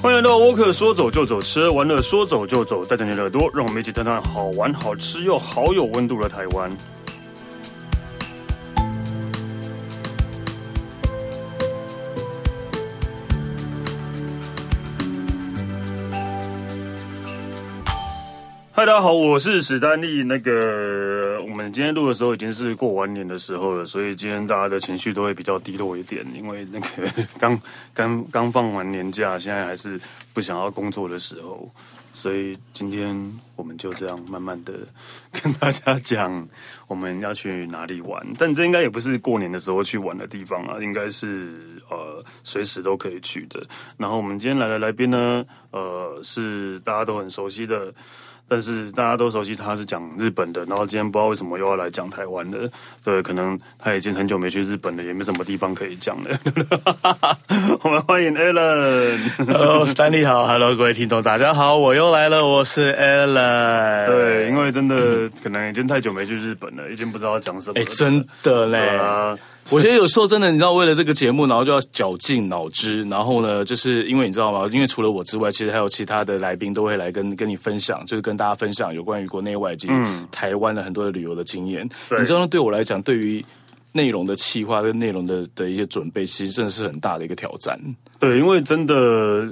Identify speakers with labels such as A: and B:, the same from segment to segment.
A: 欢迎来到沃克，说走就走，吃完了说走就走，带着你的耳朵，让我们一起探探好玩、好吃又好有温度的台湾。嗨，大家好，我是史丹利。那个，我们今天录的时候已经是过完年的时候了，所以今天大家的情绪都会比较低落一点，因为那个 刚刚刚放完年假，现在还是不想要工作的时候，所以今天我们就这样慢慢的跟大家讲我们要去哪里玩，但这应该也不是过年的时候去玩的地方啊，应该是呃随时都可以去的。然后我们今天来的来宾呢，呃，是大家都很熟悉的。但是大家都熟悉他是讲日本的，然后今天不知道为什么又要来讲台湾的，对，可能他已经很久没去日本了，也没什么地方可以讲了。 我们欢迎 Alan，
B: Hello，斯丹利好，Hello，各位听众，大家好，我又来了，我是 Alan。，
A: 对，因为真的可能已经太久没去日本了，已经不知道讲什么
B: 哎、
A: 了。
B: 真的嘞。
A: 对啊，
B: 我觉得有时候真的，你知道，为了这个节目，然后就要绞尽脑汁，然后呢，就是因为你知道吗？因为除了我之外，其实还有其他的来宾都会来跟跟你分享，就是跟大家分享有关于国内外及台湾的很多的旅游的经验。
A: 嗯对
B: 你知道，对我来讲，对于内容的企划跟内容的的一些准备，其实真的是很大的一个挑战。
A: 对，因为真的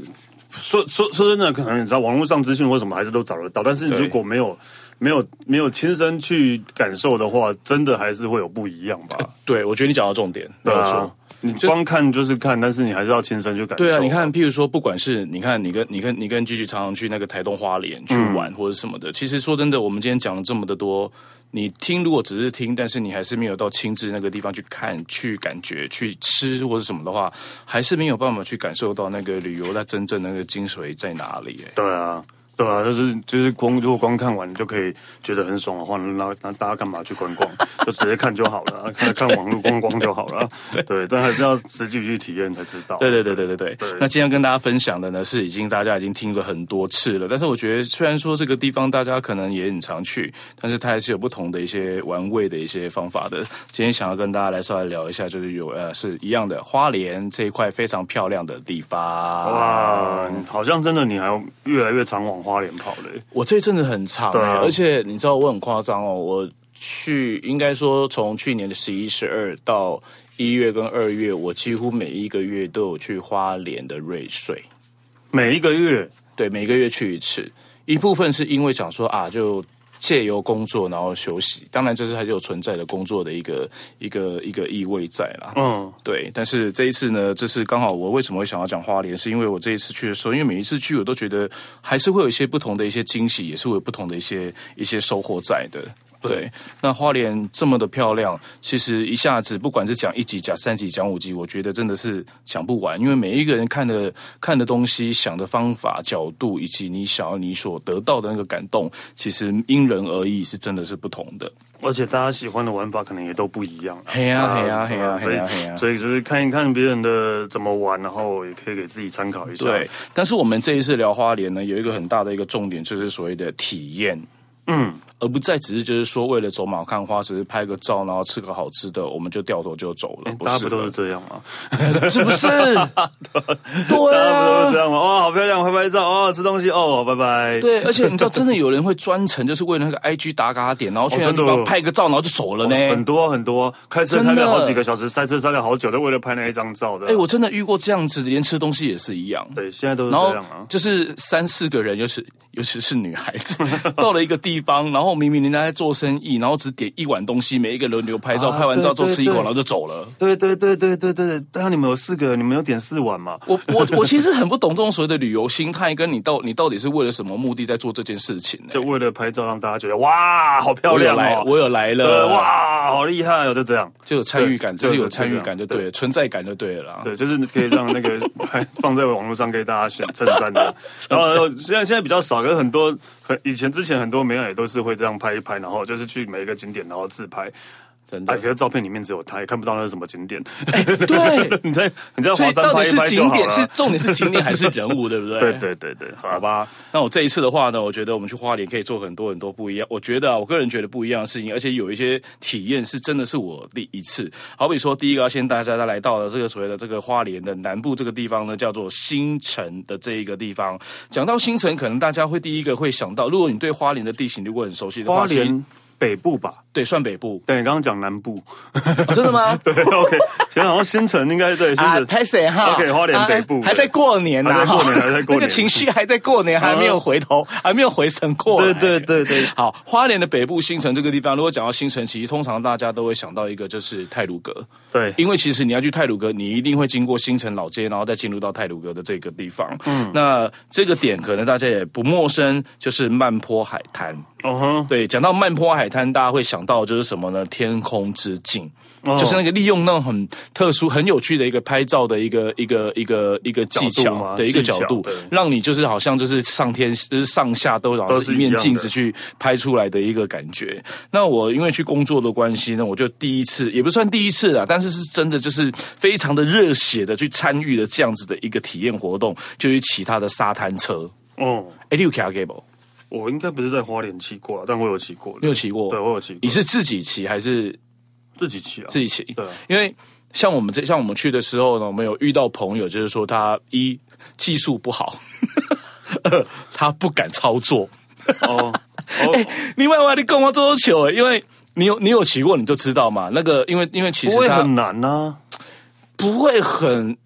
A: 说说说真的，可能你知道网络上资讯或什么还是都找得到，但是你
B: 对
A: 如果没有没有没有亲身去感受的话，真的还是会有不一样吧。
B: 对，我觉得你讲到重点，没
A: 对
B: 有错
A: 啊。，你光看就是看，但是你还是要亲身去感受。
B: 对啊，你看，譬如说，不管是你看你跟你跟你跟 Gigi 常常去那个台东花莲去
A: 嗯
B: 玩或者什么的，其实说真的，我们今天讲了这么的多，你听如果只是听，但是你还是没有到亲自那个地方去看、去感觉、去吃或者什么的话，还是没有办法去感受到那个旅游它真正那个精髓在哪里、哎，
A: 对啊，对啊，就是就是光如果光看完就可以觉得很爽的话，那那大家干嘛去观 光？就直接看就好了啊，看看网络观光就好了啊。对，但还是要实际去体验才知道。
B: 对对对对对对
A: 对。
B: 那今天跟大家分享的呢，是已经大家已经听了很多次了，但是我觉得虽然说这个地方大家可能也很常去，但是它还是有不同的一些玩味的一些方法的。今天想要跟大家来稍微聊一下，就是有呃是一样的花莲这一块非常漂亮的地方。
A: 哇，好像真的你还越来越常往花莲跑嘞、
B: 我这一阵子很长、欸
A: 对啊
B: 而且你知道我很夸张哦，我去应该说从去年的十一、十二到一月跟二月，我几乎每一个月都有去花莲的瑞穗。
A: 每一个月。
B: 对，每个月去一次。一部分是因为想说啊，就借由工作然后休息，当然这是还是有存在的工作的一个一个一个意味在啦。
A: 嗯，
B: 对，但是这一次呢，这是刚好我为什么会想要讲花莲，是因为我这一次去的时候，因为每一次去我都觉得还是会有一些不同的一些惊喜，也是会有不同的一些一些收获在的。对，那花莲这么的漂亮，其实一下子不管是讲一集、讲三集、讲五集，我觉得真的是讲不完，因为每一个人看的看的东西、想的方法、角度，以及你想要你所得到的那个感动，其实因人而异，是真的是不同的。
A: 而且大家喜欢的玩法可能也都不一样啊。
B: 嘿呀嘿呀
A: 啊
B: 嘿呀
A: 所
B: 嘿呀嘿呀
A: 以所以就是看一看别人的怎么玩，然后也可以给自己参考一下。
B: 对，但是我们这一次聊花莲呢，有一个很大的一个重点，就是所谓的体验。
A: 嗯，
B: 而不再只是就是说为了走马看花，只是拍个照，然后吃个好吃的，我们就掉头就走了，
A: 哎大家不
B: 的
A: 都是这样吗？
B: 是不是？对
A: 大家不都是
B: 啊
A: 这，样吗？哦，好漂亮，拍拍照哦，吃东西哦，拜拜。
B: 对，而且你知道，真的有人会专程就是为了那个 IG 打卡点，然后去那个地
A: 真的
B: 方
A: 哦
B: 拍个照，然后就走了呢。
A: 很多很多，开车
B: 真
A: 开
B: 的
A: 了好几个小时，塞车塞了好久，都为了拍那一张照的。
B: 哎，我真的遇过这样子，连吃东西也是一样。
A: 对，现在都是
B: 然
A: 这
B: 后
A: 样啊。
B: 就是三四个人，尤其尤其是女孩子， 到了一个地方，然后明明人家在做生意，然后只点一碗东西，每一个轮流拍照，
A: 啊
B: 拍完照之后
A: 对
B: 吃一口，
A: 对对
B: 然后就走了。
A: 对对对对对对，但是你们有四个，你们有点四碗嘛？
B: 我我我其实很不懂这种所谓的旅游心态，跟你到你到底是为了什么目的在做这件事情呢、
A: 就为了拍照，让大家觉得哇，好漂
B: 我有
A: 亮
B: 来，
A: 哦！
B: 我有来
A: 呃，
B: 了，哇，
A: 哇，好厉害哦，就这样。
B: 就有参与感，
A: 对
B: 就是有
A: 就是
B: 参
A: 这
B: 与
A: 样
B: 感就
A: 对
B: 对了，存在感就对了啦。
A: 对，就是可以让 那个拍放在网络上给大家选称赞的。然后现在现在比较少，可是很多很以前之前很多美女也都是会这样拍一拍，然后就是去每一个景点然后自拍。
B: 真
A: 啊，
B: 的
A: 可。是照片里面只有他，也看不到那是什么景点。
B: 哎对
A: 你在你在
B: 所
A: 华
B: 以
A: 山
B: 到
A: 拍
B: 底
A: 一
B: 是
A: 拍就
B: 景
A: 好
B: 点
A: 了。
B: 是重点是景点还是人物，对不对？
A: 对对对对，好啊
B: 好
A: 吧，
B: 吧，那我这一次的话呢，我觉得我们去花莲可以做很多很多不一样。我觉得、啊、我个人觉得不一样的事情，而且有一些体验是真的是我第一次。好比说，第一个要先大家来到了这个所谓的这个花莲的南部这个地方呢，叫做新城的这一个地方。讲到新城，可能大家会第一个会想到，如果你对花莲的地形如果很熟悉的话，
A: 花
B: 其实
A: 莲北部吧？
B: 对算北部、
A: 对，你刚刚讲南部，
B: 哦真的 吗？
A: 对，OK。其实好像新城应该对新
B: 啊，
A: 城
B: 拍谁哈
A: OK，花莲北部
B: 啊还在过年呢、
A: 还在过年
B: 哈
A: 还在过年嗯
B: 那个情绪还在过年，还没有回头，还没有回神过来。
A: 对对对对，
B: 好，花莲的北部新城这个地方，如果讲到新城，其实通常大家都会想到一个就是泰鲁阁，
A: 对
B: 因为其实你要去泰鲁阁，你一定会经过新城老街，然后再进入到泰鲁阁的这个地方。嗯，那这个点可能大家也不陌生，就是曼坡海滩。
A: 哦哼，
B: 对，讲到曼坡海滩，大家会想到就是什么呢？天空之镜。
A: 哦嗯
B: 就是那个利用那种很特殊、很有趣的一个拍照的一个一个一个一个技
A: 角度
B: 巧
A: 吗
B: 的一个
A: 技
B: 角
A: 巧
B: 度
A: 对，
B: 让你就是好像就是上天就是上下都好像
A: 都
B: 是
A: 是
B: 一
A: 一
B: 面
A: 样的
B: 镜子去拍出来的一个感觉。那我因为去工作的关系呢，我就第一次也不算第一次啦，但是是真的就是非常的热血的去参与了这样子的一个体验活动，就是骑他的沙滩车。
A: 哦，
B: 哎，你有骑 g a b l
A: 我应该不是在花莲骑过了，啊但我有骑过了
B: 你有骑过？
A: 对，我有骑过，
B: 你是自己骑还是
A: 自己骑啊？
B: 自己骑？
A: 对啊，
B: 因为像我们这像我们去的时候呢，我们有遇到朋友，就是说他一技术不好， 二他不敢操作。
A: 哦哦，
B: 另外，外你跟我多球，因为你有你有骑过，你就知道嘛。那个，因为因为其实
A: 不会
B: 它
A: 很难呐。
B: 不会很，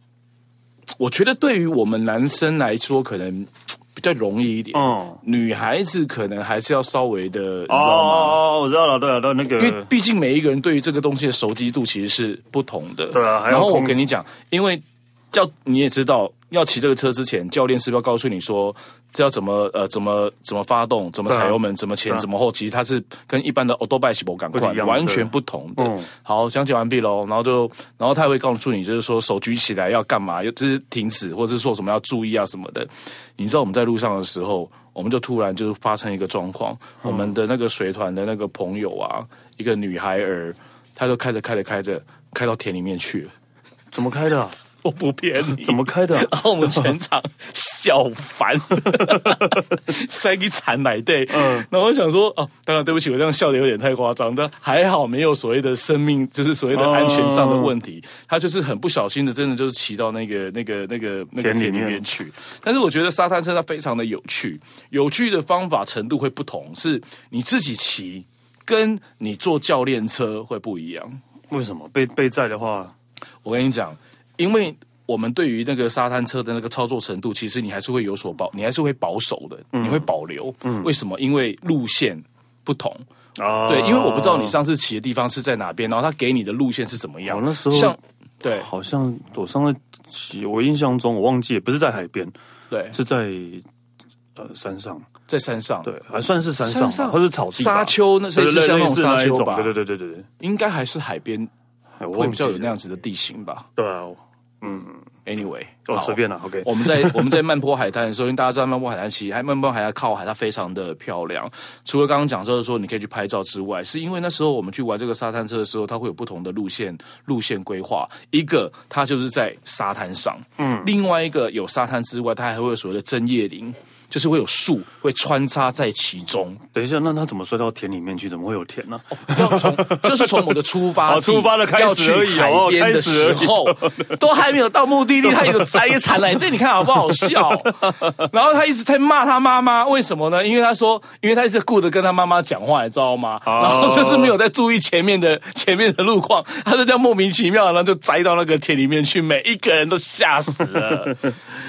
B: 我觉得对于我们男生来说，可能比较容易一点。
A: 嗯，
B: 女孩子可能还是要稍微的，你知
A: 哦
B: 道吗？
A: 哦哦，我知道了，对了，对那
B: 因为
A: 个
B: 毕竟每一个人对于这个东西的熟悉度其实是不同的。
A: 对啊还有
B: 然后我
A: 空
B: 跟你讲，因为教你也知道，要骑这个车之前，教练是不是要告诉你说这要怎么呃怎么怎么发动，怎么
A: 对啊
B: 踩油门，怎么前、
A: 对啊
B: 怎么后，其实它是跟一般的 auto bike 是不赶快
A: 不一样
B: 完
A: 对
B: 全不同的。
A: 嗯
B: 好，讲解完毕喽，然后就然后他也会告诉你，就是说手举起来要干嘛，就是停止，或者是说什么要注意啊什么的。你知道我们在路上的时候，我们就突然就是发生一个状况，我们的那个随团的那个朋友啊，一个女孩儿，她就开着开着开着开到田里面去了，
A: 怎么开的啊？
B: 我不骗你。
A: 怎么开的啊？
B: 然后我们全场笑翻，塞一惨奶对，嗯，然后我想说哦，当然对不起，我这样笑的有点太夸张，但还好没有所谓的生命，就是所谓的安全上的问题。他就是很不小心的，真的就是骑到那个那个那个那个
A: 田里
B: 田里
A: 面
B: 面去。但是我觉得沙滩车它非常的有趣，有趣的方法程度会不同，是你自己骑跟你坐教练车会不一样。
A: 为什么被被载的话？
B: 我跟你讲，因为我们对于那个沙滩车的那个操作程度，其实你还是会有所保，你还是会保守的，
A: 嗯
B: 你会保留。为什么？因为路线不同。
A: 啊，
B: 对，因为我不知道你上次骑的地方是在哪边，然后他给你的路线是怎么样。
A: 哦我那时候
B: 像对
A: 好像我上次骑，我印象中我忘记了，不是在海边，
B: 对，
A: 是在呃山上，
B: 在山上，
A: 对，还算是山上
B: 山
A: 吧，
B: 上
A: 或是草地吧
B: 沙，丘那
A: 对
B: 类
A: 对对，
B: 似像那
A: 类
B: 种
A: 似
B: 沙
A: 那一
B: 丘
A: 种，
B: 吧，
A: 对对对对对，
B: 应该还是海边
A: 哎我
B: 会
A: 忘
B: 比
A: 记
B: 较有那
A: 了，
B: 样子的地形吧。
A: 对啊，我
B: Anyway，
A: 哦
B: 好
A: 随便啦，OK，
B: 我们在我们在曼坡海滩的时候，因为大家知道曼坡海滩其实还曼坡海滩靠海，它非常的漂亮。除了刚刚讲到的说你可以去拍照之外，是因为那时候我们去玩这个沙滩车的时候，它会有不同的路线路线规划。一个它就是在沙滩上，嗯，另外一个有沙滩之外，它还会有所谓的针叶林。就是会有树会穿插在其中，
A: 等一下，那他怎么摔到田里面去？怎么会有田呢？
B: 要从就是从我的出发地
A: 哦出发的开始
B: 要去
A: 而已
B: 海
A: 哦
B: 边的
A: 开始
B: 时
A: 而已
B: 候， 都还没有到目的地，他有摘一铲来，对，你看好不 好笑？然后他一直在骂他妈妈，为什么呢？因为他说，因为他一直顾着跟他妈妈讲话，你知道吗？
A: 哦
B: 然后就是没有在注意前面的前面的路况，他就这样莫名其妙，然后就栽到那个田里面去，每一个人都吓死 了，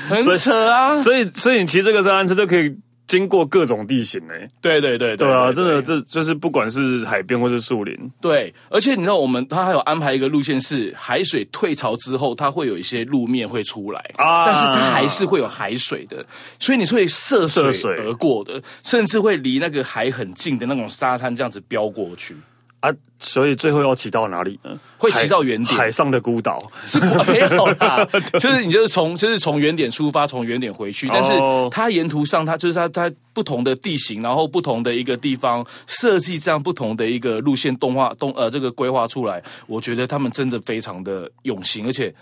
B: 很扯 啊！
A: 所以，所以你骑这个山车就可以经过各种地形诶、
B: 对对对
A: 对啊，真的，这就是不管是海边或是树林，
B: 对，而且你知道，我们它还有安排一个路线是海水退潮之后，它会有一些路面会出来，
A: 啊
B: 但是它还是会有海水的，所以你是会涉水
A: 涉水
B: 而过的，甚至会离那个海很近的那种沙滩这样子飙过去。
A: 啊，所以最后要骑到哪里呢？
B: 嗯会骑到原点
A: 海海上的孤岛。
B: 是不没有 啦，就是你就是从就是从原点出发，从原点回去，但是
A: 哦
B: 它沿途上它就是它它不同的地形，然后不同的一个地方设计这样不同的一个路线动画动呃这个规划出来，我觉得他们真的非常的用心，而且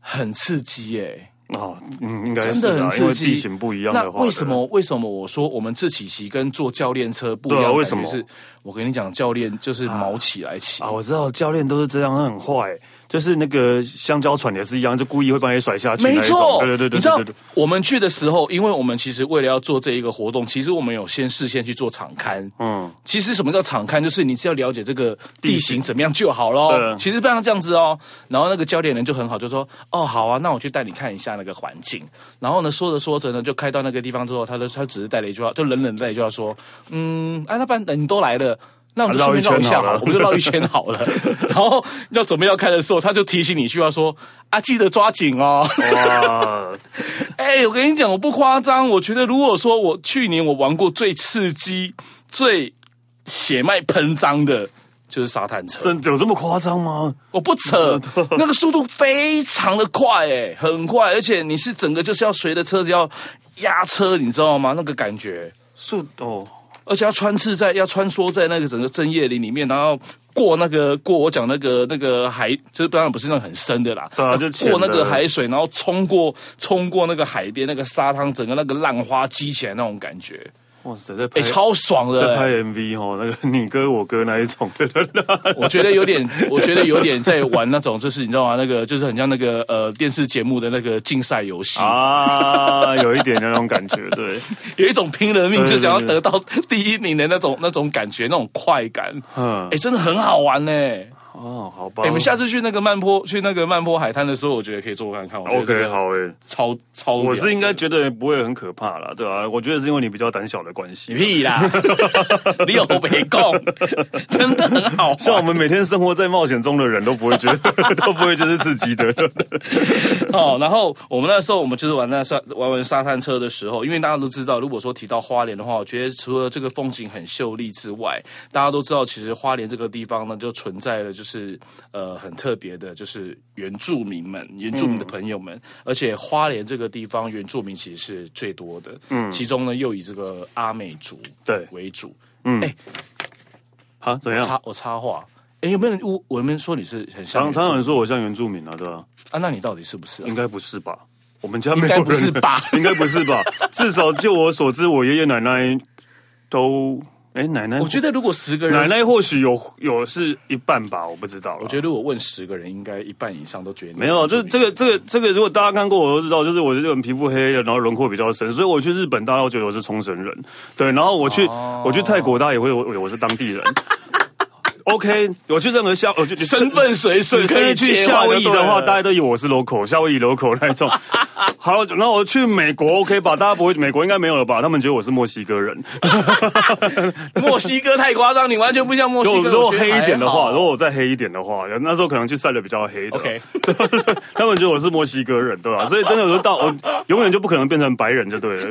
B: 很刺激耶、
A: 哦，嗯，应该
B: 真
A: 是
B: 的
A: 啊
B: 很，刺激。
A: 因为地形不一样的话，
B: 那为什么为什么我说我们自己骑跟坐教练车不一
A: 对
B: 样？
A: 啊为什么
B: 感觉是我跟你讲，教练就是毛起来骑，
A: 啊？我知道教练都是这样，他很坏，就是那个香蕉船也是一样，就故意会把你甩下去那一
B: 没
A: 种。
B: 错，
A: 对对对
B: 你知
A: 对
B: 道
A: 对对。
B: 我们去的时候，因为我们其实为了要做这一个活动，其实我们有先事先去做场刊。
A: 嗯，
B: 其实什么叫场刊？就是你只要了解这个地
A: 地
B: 形
A: 形
B: 怎么样就好咯。
A: 对
B: 其实不然这样子哦。然后那个教练人就很好，就说：“哦，好啊，那我去带你看一下那个环境。”然后呢，说着说着呢，就开到那个地方之后，他就他只是带了一句话，就冷冷地带了一句话说：“嗯，啊，那不然你都来了。”那我们就
A: 啊
B: 顺便绕一下
A: 绕一圈好
B: 好
A: 了
B: 了，我们就绕一圈好了。 然后要准备要开的时候，他就提醒你一句话说：“啊，记得抓紧哦。”
A: 哇，
B: 哎、我跟你讲，我不夸张，我觉得如果说我去年我玩过最刺激、最血脉喷张的，就是沙滩车。
A: 真有这么夸张吗？
B: 我不扯，那个速度非常的快、哎，很快，而且你是整个就是要随着车子要压车，你知道吗？那个感觉，
A: 速哦，
B: 而且要穿刺在，要穿梭在那个整个针叶林里面，然后。过那个过我讲那个那个海，就是当然不是那种很深的啦，
A: 对啊就浅
B: 过那
A: 的
B: 个海水，然后冲过冲过那个海边那个沙滩，整个那个浪花激起来那种感觉，
A: 哇塞，在
B: 哎、
A: 拍
B: 超爽的、
A: 在
B: 哎
A: 拍 MV 哦，那个你哥我哥那一种，对对对，
B: 我觉得有点，我觉得有点在玩那种，就是你知道吗？那个就是很像那个呃电视节目的那个竞赛游戏，
A: 啊，有一点那种感觉， 对，
B: 有一种拼了命
A: 对
B: 就想要
A: 对
B: 得
A: 对
B: 到第一名的那种那种感觉，那种快感，
A: 嗯
B: 哎、，真的很好玩呢、
A: 哦，好吧，
B: 欸你们下次去那个曼坡，去那个曼坡海滩的时候，我觉得可以做看看。我觉得这
A: OK
B: 个
A: 好诶，
B: 超超屌的，
A: 我是应该觉得不会很可怕啦，对啊，我觉得是因为你比较胆小的关系
B: 你。屁 啦，你有没空？真的很好
A: 像我
B: 笑
A: 们每天生活在冒险中的人都不会觉 得都不会觉得刺激的，
B: 哦。然后我们那时候，我们就是玩那沙玩玩沙滩车的时候，因为大家都知道，如果说提到花莲的话，我觉得除了这个风景很秀丽之外，大家都知道，其实花莲这个地方呢，就存在了就是呃很特别的，就是原住民们、原住
A: 嗯
B: 民的朋友们，而且花莲这个地方原住民其实是最多的，嗯，其中呢又以这个阿美族
A: 对嗯
B: 为主。哎
A: 啊，怎样？
B: 插我插话，哎，有没有人我我们说你是很
A: 常
B: 像原住
A: 常
B: 民
A: 有人说我像原住民啊，对吧、
B: 啊？那你到底是不是啊、
A: 应该不是吧？我们家没有
B: 应
A: 人，
B: 该不是吧
A: 应该不是吧？至少就我所知，我爷爷奶奶都，哎、奶奶，
B: 我觉得如果十个人，
A: 奶奶或许有有是一半吧，我不知道啦。
B: 我觉得如果问十个人，应该一半以上都觉得你
A: 没有，这这个这个这个，如果大家看过我都知道，就是我这个人皮肤黑黑的，然后轮廓比较深，所以我去日本，大家都觉得我是冲绳人。对，然后我去、
B: 哦
A: 我去泰国，大家也会以为我是当地人。OK，我去任何夏，我去
B: 身份随时
A: 对，
B: 可
A: 甚
B: 以
A: 至去
B: 切
A: 夏
B: 换
A: 威夷
B: 就
A: 的
B: 对
A: 话，
B: 了
A: 大家都以为我是 local，夏威夷 local 那一 种。好，然后我去美国，OK 吧？大家不会，美国应该没有了吧？他们觉得我是墨西哥人。
B: 墨西哥太夸张，你完全不像墨西
A: 如果
B: 哥。
A: 如果
B: 我觉得
A: 黑一点的
B: 还
A: 话，
B: 好啊
A: 如果我再黑一点的话，那时候可能去晒的比较黑的。
B: OK 啊
A: 他们觉得我是墨西哥人，对吧、所以真的有时候到我永远就不可能变成白人，就对了。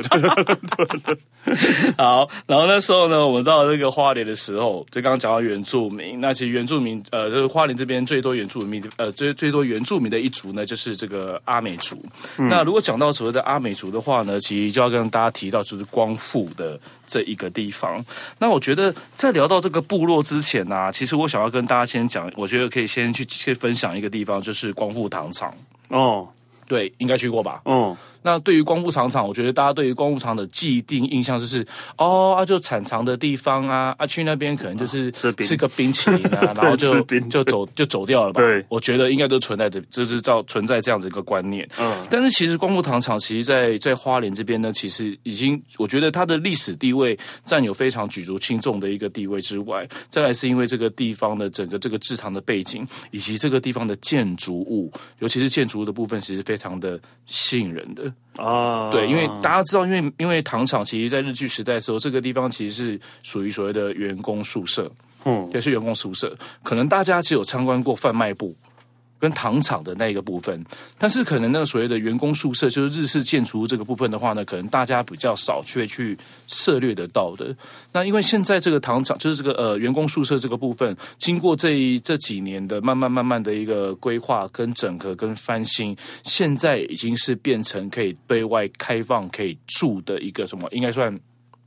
B: 好，然后那时候呢，我们到那个花莲的时候，就刚刚讲到原住民。那其实原住民，呃，就是花莲这边最多原住民，呃，最最多原住民的一族呢，就是这个阿美族。那如果讲到所谓的阿美族的话呢，其实就要跟大家提到就是光复的这一个地方。那我觉得在聊到这个部落之前呢、其实我想要跟大家先讲，我觉得可以先去先分享一个地方，就是光复糖厂。
A: 哦，
B: 对，应该去过吧？
A: 哦，
B: 那对于光复厂厂，我觉得大家对于光复厂的既定印象就是，哦，啊就产厂的地方啊，啊去那边可能就是
A: 吃冰
B: 个冰淇淋啊，然后就
A: 吃冰
B: 就走就走掉了吧。
A: 对
B: 我觉得应该都存在这，就是照存在这样子一个观念。
A: 嗯，
B: 但是其实光复糖厂其实在，在花莲这边呢，其实已经我觉得它的历史地位占有非常举足轻重的一个地位之外，再来是因为这个地方的整个这个制糖的背景，以及这个地方的建筑物，尤其是建筑物的部分，其实非常的吸引人的。
A: 啊，
B: 对，因为大家知道，因为因为糖厂其实在日据时代的时候，这个地方其实是属于所谓的员工宿舍，
A: 嗯
B: 也是员工宿舍。可能大家只有参观过贩卖部，跟糖厂的那一个部分。但是可能那个所谓的员工宿舍，就是日式建筑物这个部分的话呢，可能大家比较少去去涉略得到的。那因为现在这个糖厂，就是这个呃员工宿舍这个部分，经过这一这几年的慢慢慢慢的一个规划、跟整合、跟翻新，现在已经是变成可以对外开放、可以住的一个什么，应该算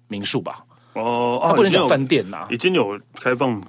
B: 民宿吧？
A: 哦，
B: 它
A: 啊，
B: 不能
A: 已经
B: 讲
A: 有
B: 饭店啦、
A: 已经有开放，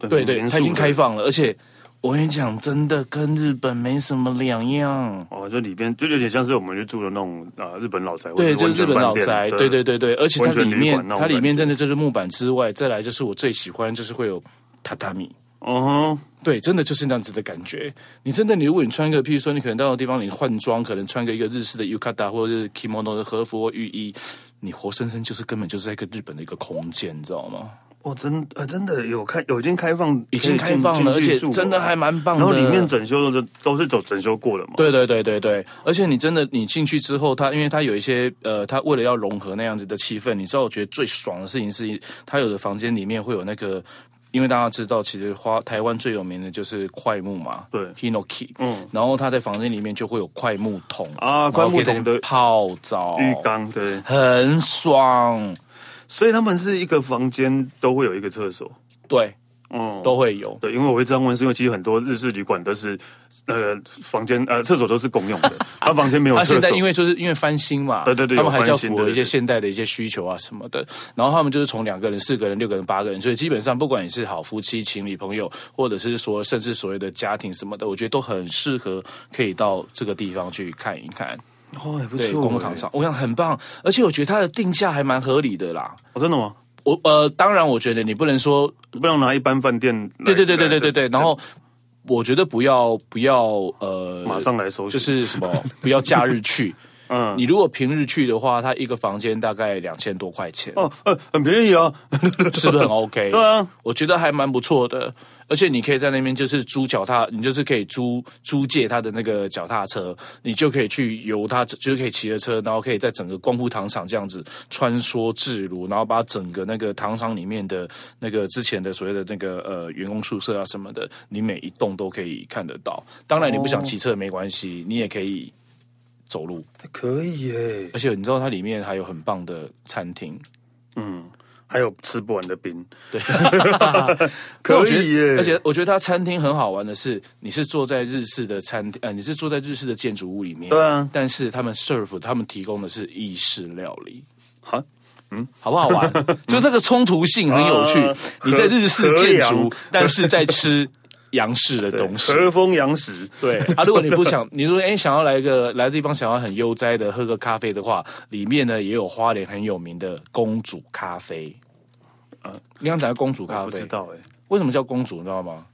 B: 对对，
A: 民宿
B: 它已经
A: 的
B: 开放了，而且我跟你讲，真的跟日本没什么两样。
A: 哦，就里边就有点像是我们去住的那种啊日本老宅，或
B: 对，
A: 是
B: 就是日
A: 温泉
B: 本
A: 饭
B: 老
A: 店
B: 宅，对对对对，而且它
A: 温泉
B: 里
A: 旅
B: 面
A: 馆那种
B: 它里面
A: 感觉
B: 真的就是木板之外，再来就是我最喜欢就是会有榻榻米。
A: 哦
B: 对，真的就是那样子的感觉。你真的，你如果你穿一个，譬如说你可能到地方你换装，可能穿个一个日式的 yukata 或者是 kimono 的和服或浴衣，你活生生就是根本就是在一个日本的一个空间，你知道吗？
A: 哦，真呃真的有开有已经开放，
B: 已经
A: 可以
B: 开
A: 进
B: 放了，而
A: 进去
B: 且
A: 住
B: 真的
A: 哦
B: 还蛮棒的。
A: 然后里面整修的都是走整修过的嘛，
B: 对对对对对，而且你真的你进去之后，它因为它有一些呃，它为了要融合那样子的气氛，你知道我觉得最爽的事情是，它有的房间里面会有那个。因为大家知道，其实花台湾最有名的就是快木嘛，
A: 对
B: ，Hinoki，嗯
A: 嗯，
B: 然后它在房间里面就会有快木桶
A: 啊快木桶的
B: 然后可以在那边泡澡
A: 浴缸对，
B: 很爽，
A: 所以他们是一个房间都会有一个厕所，
B: 对，
A: 哦、
B: 都会有，
A: 对，因为我会这样问，是因为其实很多日式旅馆都是，呃，房间呃厕所都是共用 的，他房间没有
B: 他
A: 厕所。
B: 啊现在因为就是因为翻新嘛，
A: 对对对
B: 他们还是要
A: 有翻新
B: 符合一
A: 对
B: 些
A: 对对
B: 现代的一些需求啊什么的。然后他们就是从两个人、四个人、六个人、八个人，所以基本上不管你是好夫妻、情侣、朋友，或者是说甚至所谓的家庭什么的，我觉得都很适合可以到这个地方去看一看。
A: 哦，也不
B: 对，
A: 错，
B: 公堂上，我想很棒，而且我觉得它的定价还蛮合理的啦。
A: 哦，真的吗？
B: 我呃，当然我觉得你不能说
A: 不能拿一般饭店来。
B: 对对对对对对对，然后我觉得不要不要呃，
A: 马上来收拾，
B: 就是什么 不要假日去。嗯，你如果平日去的话，它一个房间大概两千多块钱，
A: 哦，呃，很便宜啊，
B: 是不是很 OK？
A: 对啊，
B: 我觉得还蛮不错的。而且你可以在那边就是租脚踏，你就是可以租租借他的那个脚踏车，你就可以去游他，就是可以骑着车，然后可以在整个光复糖厂这样子穿梭自如，然后把整个那个糖厂里面的那个之前的所谓的那个呃员工宿舍啊什么的，你每一栋都可以看得到。当然你不想骑车没关系，你也可以走路。
A: 可以耶，
B: 而且你知道它里面还有很棒的餐厅，
A: 嗯，还有吃不完的冰，
B: 对，
A: 可以耶，
B: 而且我觉得它餐厅很好玩的是，你是坐在日式的餐厅，呃，你是坐在日式的建筑物里面，
A: 对啊
B: 但是他们 serve 他们提供的是意式料理。
A: 哈嗯
B: 好不 好玩？就这个冲突性很有趣
A: 啊。
B: 你在日式建
A: 和和
B: 筑
A: 洋，
B: 但是在吃洋式的
A: 对
B: 东西。
A: 和风洋食，
B: 对啊，如果你不想，你如果哎想要来个来地方想要很悠哉的喝个咖啡的话，里面呢也有花莲很有名的公主咖啡。啊，你刚才公主咖
A: 不
B: 啡
A: 知，道哎。
B: 为什么叫公主？你知道吗？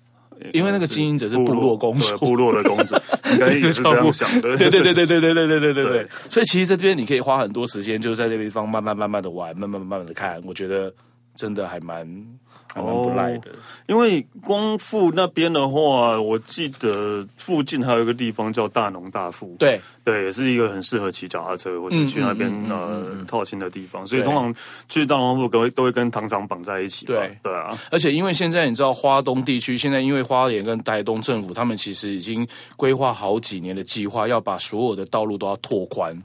B: 因为那个经营者是部
A: 部
B: 落公主
A: 对部落的公主，应该也是这样想的。
B: 对对对对对对对对对对对
A: 对。
B: 所以其实在这边你可以花很多时间，就是在这个地方慢慢慢慢的玩，慢慢慢慢的看。我觉得真的还蛮还蛮不赖的。
A: 因为光复那边的话，我记得附近还有一个地方叫大农大富，
B: 对，
A: 对，也是一个很适合骑脚踏车或是去那边、
B: 嗯嗯嗯
A: 呃套亲的地方，所以
B: 对
A: 通常去大农大富都会都会跟糖厂绑在一起嘛。
B: 对
A: 对啊，
B: 而且因为现在你知道花东地区，现在因为花莲跟台东政府，他们其实已经规划好几年的计划，要把所有的道路都要拓宽。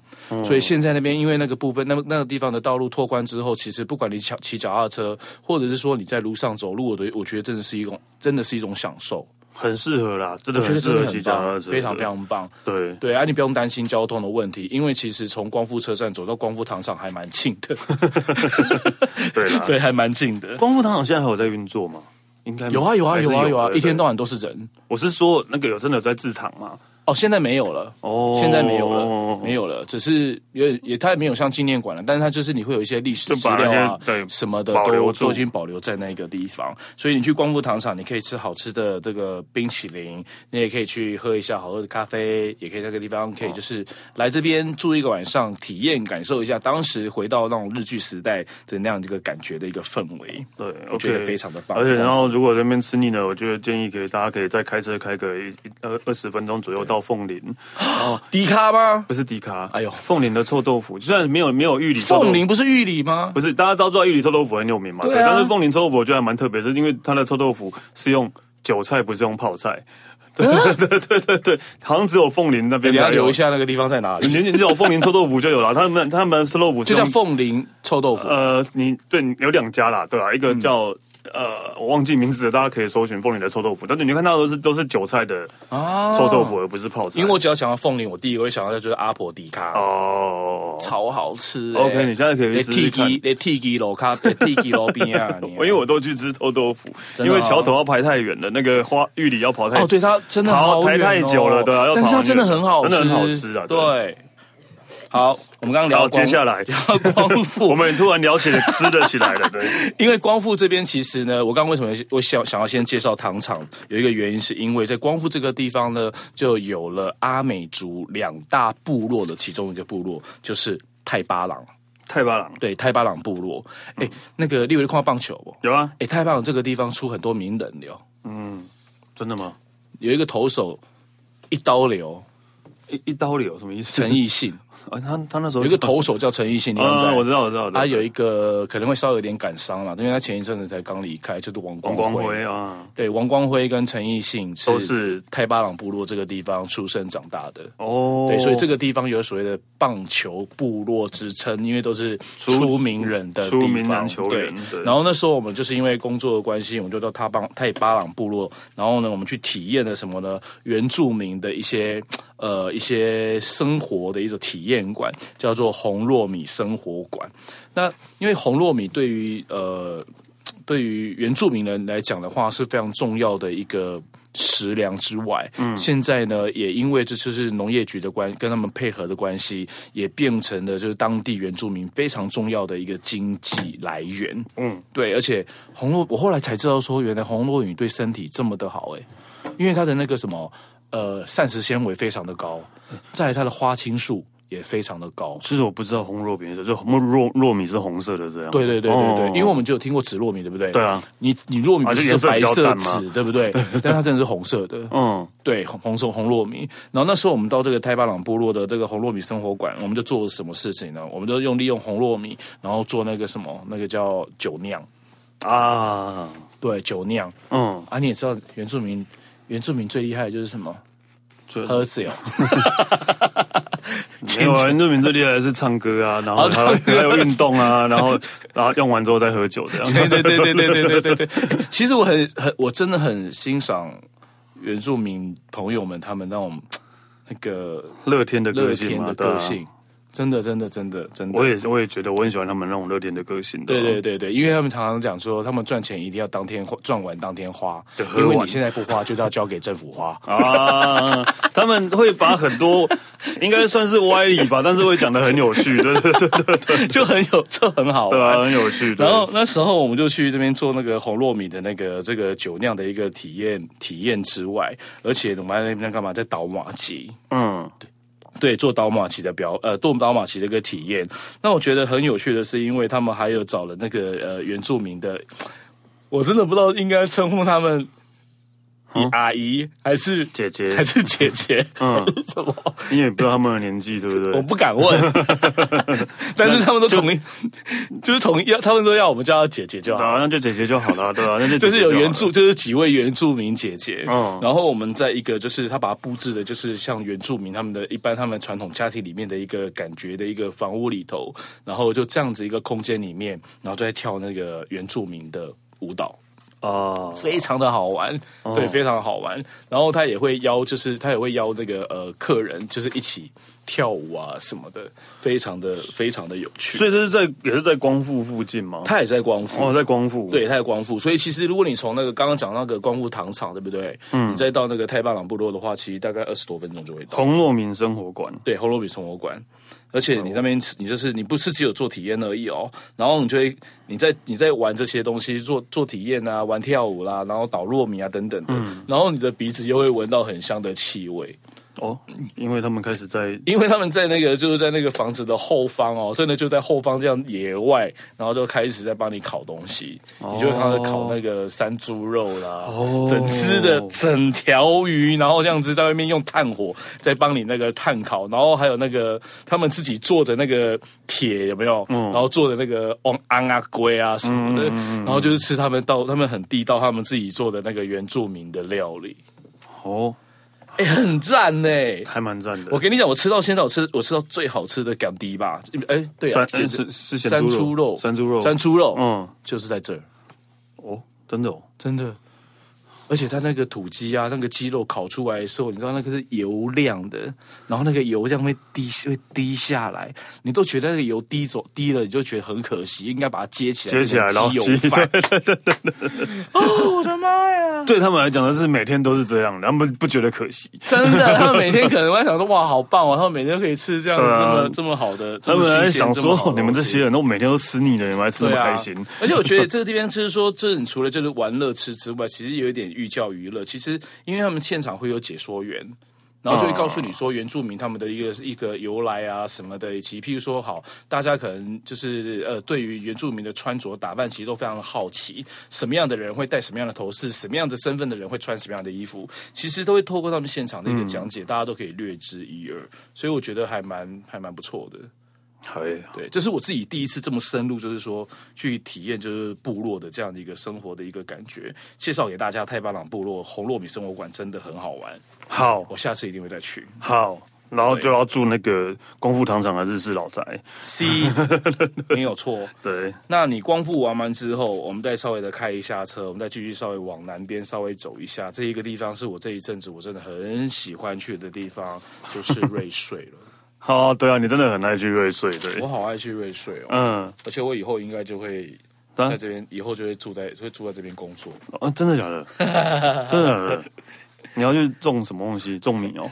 B: 所以现在那边因为那个部分，那么那个地方的道路拓宽之后，其实不管你骑骑脚踏车，或者是说你在路上走路，我的我觉得真的是一种真的是一种享受，
A: 很适合啦，真的
B: 我觉
A: 很
B: 得
A: 适
B: 真的
A: 合骑
B: 很
A: 脚踏
B: 棒，
A: 车，
B: 非常非
A: 对
B: 常棒。
A: 对。
B: 对啊，你不用担心交通的问题，因为其实从光复车站走到光复糖厂还蛮近的，
A: 对啦
B: 对，还蛮近的。
A: 光复糖厂现在还有在运作吗？应该
B: 有啊有啊
A: 还是
B: 有啊有啊，
A: 的
B: 一天
A: 对
B: 到晚都是人。
A: 我是说那个有真的有在制糖吗？
B: 哦，现在没有了。
A: 哦，
B: 现在没有了，没有了，只是也也它也没有像纪念馆了，但是它就是你会有一些历史
A: 就
B: 资
A: 把那些
B: 料啊
A: 对
B: 什么的
A: 保
B: 都
A: 留住
B: 都已经保留在那个地方，所以你去光复糖厂，你可以吃好吃的这个冰淇淋，你也可以去喝一下好喝的咖啡，也可以在那个地方可以就是来这边住一个晚上，体验感受一下当时回到那种日剧时代的那样一个感觉的一个氛 围，
A: 对，
B: 我
A: OK
B: 觉得非常的棒。
A: 而且，然后如果在那边吃腻了，我觉得建议可以大家可以再开车开个一一二二十分钟左右到凤林，
B: 迪卡吗？
A: 不是迪卡，
B: 哎呦
A: 凤林的臭豆腐，虽然没有没有玉里臭豆
B: 凤
A: 腐
B: 林不是玉里吗？
A: 不是大家都知道玉里臭豆腐很有名嘛，
B: 对啊
A: 但是凤林臭豆腐我觉得还蛮特别，是因为它的臭豆腐是用韭菜，不是用泡菜。对对对对对对，好像只有凤林那边
B: 你
A: 才
B: 要
A: 有
B: 留一下那个地方在哪
A: 你
B: 里？
A: 你只有凤林臭豆腐就有了，他们他们臭豆腐是
B: 就叫
A: 用
B: 凤林臭豆腐。
A: 呃，你对你有两家啦，对吧、一
B: 嗯
A: 个叫、呃，我忘记名字了，大家可以搜寻凤梨的臭豆腐，但是你看到的都是都是韭菜的
B: 啊
A: 臭豆腐，而不是泡菜。
B: 哦因为我只要想到凤林，我第一个会想到的就是阿婆迪卡，
A: 哦，
B: 超好吃欸。
A: OK，你现在可以去试试看
B: 连 T 鸡楼卡，连 T 鸡楼边 啊，你
A: 因为我都去吃臭豆腐，
B: 真的
A: 因
B: 哦
A: 为桥头要排太远了，那个花玉里要跑太
B: 哦，对，它真的
A: 跑
B: 好
A: 排
B: 远
A: 太
B: 哦
A: 久了，对啊，要
B: 但是
A: 跑
B: 它
A: 很
B: 真的
A: 远
B: 很好吃，
A: 真的很好吃啊，对。
B: 对，好，我们刚刚聊
A: 好，
B: 光
A: 接下 来
B: 聊光
A: 我
B: 复，
A: 们突然聊起了吃的起来了，对，
B: 因为光复这边其实呢，我刚刚为什么我想想要先介绍糖厂，有一个原因是因为在光复这个地方呢，就有了阿美族两大部落的其中一个部落，就是泰巴朗，
A: 太巴郎
B: 对，泰巴朗部落。哎、
A: 嗯
B: 那个立伟看到棒球不？
A: 有啊，
B: 哎、泰巴朗这个地方出很多名人的哦，
A: 真的吗？
B: 有一个投手一刀流
A: 一一刀流什么意思？
B: 陈 奕迅，
A: 啊，他他那时候
B: 有一个投手叫陈奕迅，你刚才
A: 啊，我知道，我知道，我知道
B: 他有一个可能会稍微有点感伤嘛，因为他前一阵子才刚离开，就是王
A: 王
B: 光
A: 光
B: 辉。
A: 辉啊，
B: 对，王光辉跟陈奕迅
A: 都是
B: 泰巴朗部落这个地方出生长大的。
A: 哦，
B: 对，所以这个地方有所谓的棒球部落之称，因为都是出名人的地方
A: 出名人球员
B: 对
A: 对
B: 然后那时候我们就是因为工作的关系，我们就到泰邦泰巴朗部落，然后呢，我们去体验了什么呢？原住民的一些呃一些生活的一种体验馆，叫做红糯米生活馆。那因为红糯米对于呃对于原住民人来讲的话是非常重要的一个食粮之外，嗯，现在呢也因为这就是农业局的关跟他们配合的关系，也变成了就是当地原住民非常重要的一个经济来源。
A: 嗯，
B: 对，而且红糯我后来才知道说，原来红糯米对身体这么的好诶、因为它的那个什么呃膳食纤维非常的高，再来它的花青素也非常的高。
A: 其实我不知道红糯米是就红糯糯米是红色的这样。
B: 对对对对对，
A: 哦
B: 因为我们就有听过紫糯米，对不对？
A: 对啊，
B: 你你糯米
A: 啊
B: 不
A: 就是颜
B: 就
A: 色
B: 白
A: 比较
B: 色
A: 淡嘛
B: 纸， 对不对？但它真的是红色的，
A: 嗯，
B: 对，红红色红糯米。然后那时候我们到这个泰巴朗部落的这个红糯米生活馆，我们就做了什么事情呢？我们就用利用红糯米，然后做那个什么，那个叫酒酿，
A: 啊，
B: 对，酒酿
A: 嗯，
B: 啊，你也知道原住民。原住民最厉害的就是什么？
A: 就
B: 喝酒，
A: 没有啊，原住民最厉害的是唱歌啊，然后还有还有运动啊，然后然后用完之后再喝酒这样。
B: 对对对对对对对对对。 其实我很很，我真的很欣赏原住民朋友们他们那种那个
A: 乐天的
B: 乐
A: 个性
B: 天
A: 嘛，
B: 的
A: 对啊
B: 个性，真的，真的，真的，真
A: 我
B: 的。
A: 也是啊我也觉得我很喜欢他们那种乐天的个性的
B: 对
A: 啊。
B: 对对对，因为他们常常讲说，他们赚钱一定要当天花赚完当天花
A: 就，喝
B: 因为你
A: 完
B: 现在不 花，就要交给政府花。
A: 啊，他们会把很多应该算是歪理吧，但是会讲的很有趣，对对对对对，
B: 就很有，这很好
A: 对啊，
B: 玩。
A: 很有趣。对
B: 然后那时候我们就去这边做那个红糯米的那个这个酒酿的一个体验体验之外，而且我们还在那边干嘛，在倒马鸡。
A: 嗯，
B: 对，做导马奇的表，呃，做导马奇的一个体验。那我觉得很有趣的是，因为他们还有找了那个呃原住民的，我真的不知道应该称呼他们以阿姨还是
A: 姐姐
B: 还是 姐姐，
A: 嗯
B: 嗯，什么？
A: 你也不知道他们的年纪，对不
B: 我
A: 对？
B: 不敢 问，但是他们都同意，就是同意要，他们都要我们叫她姐姐就好
A: 对。啊，那就姐姐就好了，对啊，那就 姐姐
B: 就是有
A: 好了
B: 原住，就是几位原住民姐姐，
A: 嗯
B: 然后我们在一个就是他把它布置的，就是像原住民他们的一般他们传统家庭里面的一个感觉的一个房屋里头，然后就这样子一个空间里面，然后就在跳那个原住民的舞蹈。哦
A: 啊，
B: 非常的好玩，对，非常好玩。然后他也会邀，就是他也会邀那个呃客人，就是一起跳舞啊什么的，非常的非常的有趣。
A: 所以这是在也是在光复附近吗？
B: 他也是在光复，
A: 哦，在光复，
B: 对，太光复。所以其实如果你从那个刚刚讲那个光复糖厂，对不对？嗯，你再到那个太巴朗部落的话，其实大概二十多分钟就会到。
A: 红糯米生活馆，
B: 对，红罗比生活馆，而且你那边吃，你就是你不是只有做体验而已哦，然后你就会你在你在玩这些东西，做做体验啊，玩跳舞啦、然后倒糯米啊等等的，然后你的鼻子又会闻到很香的气味，
A: 哦，因为他们开始在
B: 因为他们在那个就是在那个房子的后方哦，真的就在后方这样野外，然后就开始在帮你烤东西，你就会看到烤那个山猪肉啦，整只的整条鱼，然后这样子在外面用炭火在帮你那个炭烤，然后还有那个他们自己做的那个铁有没有？然后做的那个昂昂啊龟啊什么的，然后就是吃他们到他们很地道他们自己做的那个原住民的料理。
A: 哦，
B: 哎、很赞呢、
A: 还蛮赞的。
B: 我跟你讲，我吃到现在，我吃我吃到最好吃的港迪吧，哎、对啊
A: 山，呃是是咸
B: 山
A: 猪
B: 猪
A: 肉
B: 肉，
A: 山猪肉
B: 山猪肉，
A: 嗯，
B: 就是在这儿，
A: 哦，真的哦，
B: 真的。而且它那个土鸡啊，那个鸡肉烤出来的时候，你知道那个是油亮的，然后那个油这样会滴会滴下来，你都觉得那个油滴走滴了，你就觉得很可惜，应该把它接起来，
A: 接起来然
B: 变
A: 后
B: 成鸡油饭。 哦，我的妈呀！
A: 对他们来讲的是每天都是这样的，他们不觉得可惜。
B: 真的，他们每天可能会想说，哇，好棒哦！他们每天都可以吃这样、
A: 对啊
B: 这么这么好的，
A: 他
B: 这么
A: 们
B: 新
A: 还
B: 鲜
A: 想
B: 么
A: 说，
B: 好的
A: 哦你们这
B: 东西
A: 些人都每天都吃腻了，你们还吃那
B: 对
A: 么
B: 啊
A: 开心？
B: 而且我觉得这个地方就是说，这你除了就是玩乐吃之外，其实也有一点寓教于乐。其实因为他们现场会有解说员。然后就会告诉你说原住民他们的一个一个由来啊什么的，以及譬如说好，大家可能就是呃对于原住民的穿着打扮其实都非常的好奇，什么样的人会戴什么样的头饰，什么样的身份的人会穿什么样的衣服，其实都会透过他们现场的一个讲解，大家都可以略知一二，所以我觉得还蛮还蛮不错的。
A: 哎，
B: 对，这是我自己第一次这么深入，就是说去体验就是部落的这样的一个生活的一个感觉。介绍给大家，太巴朗部落红糯米生活馆真的很好玩，
A: 好
B: 我下次一定会再去。
A: 好，然后就要住那个功夫糖厂的日式老宅。
B: C 没有错。
A: 对，
B: 那你光复玩完之后，我们再稍微的开一下车，我们再继续稍微往南边稍微走一下。这一个地方是我这一阵子我真的很喜欢去的地方，就是瑞穗了。
A: 好，对啊，你真的很爱去瑞穗，对
B: 我，好爱去瑞穗哦，
A: 嗯，
B: 而且我以后应该就会
A: 当
B: 在这边，以后就会住在会住在这边工作。
A: 啊，真的假 的？真的假的？你要去种什么东西？种米哦。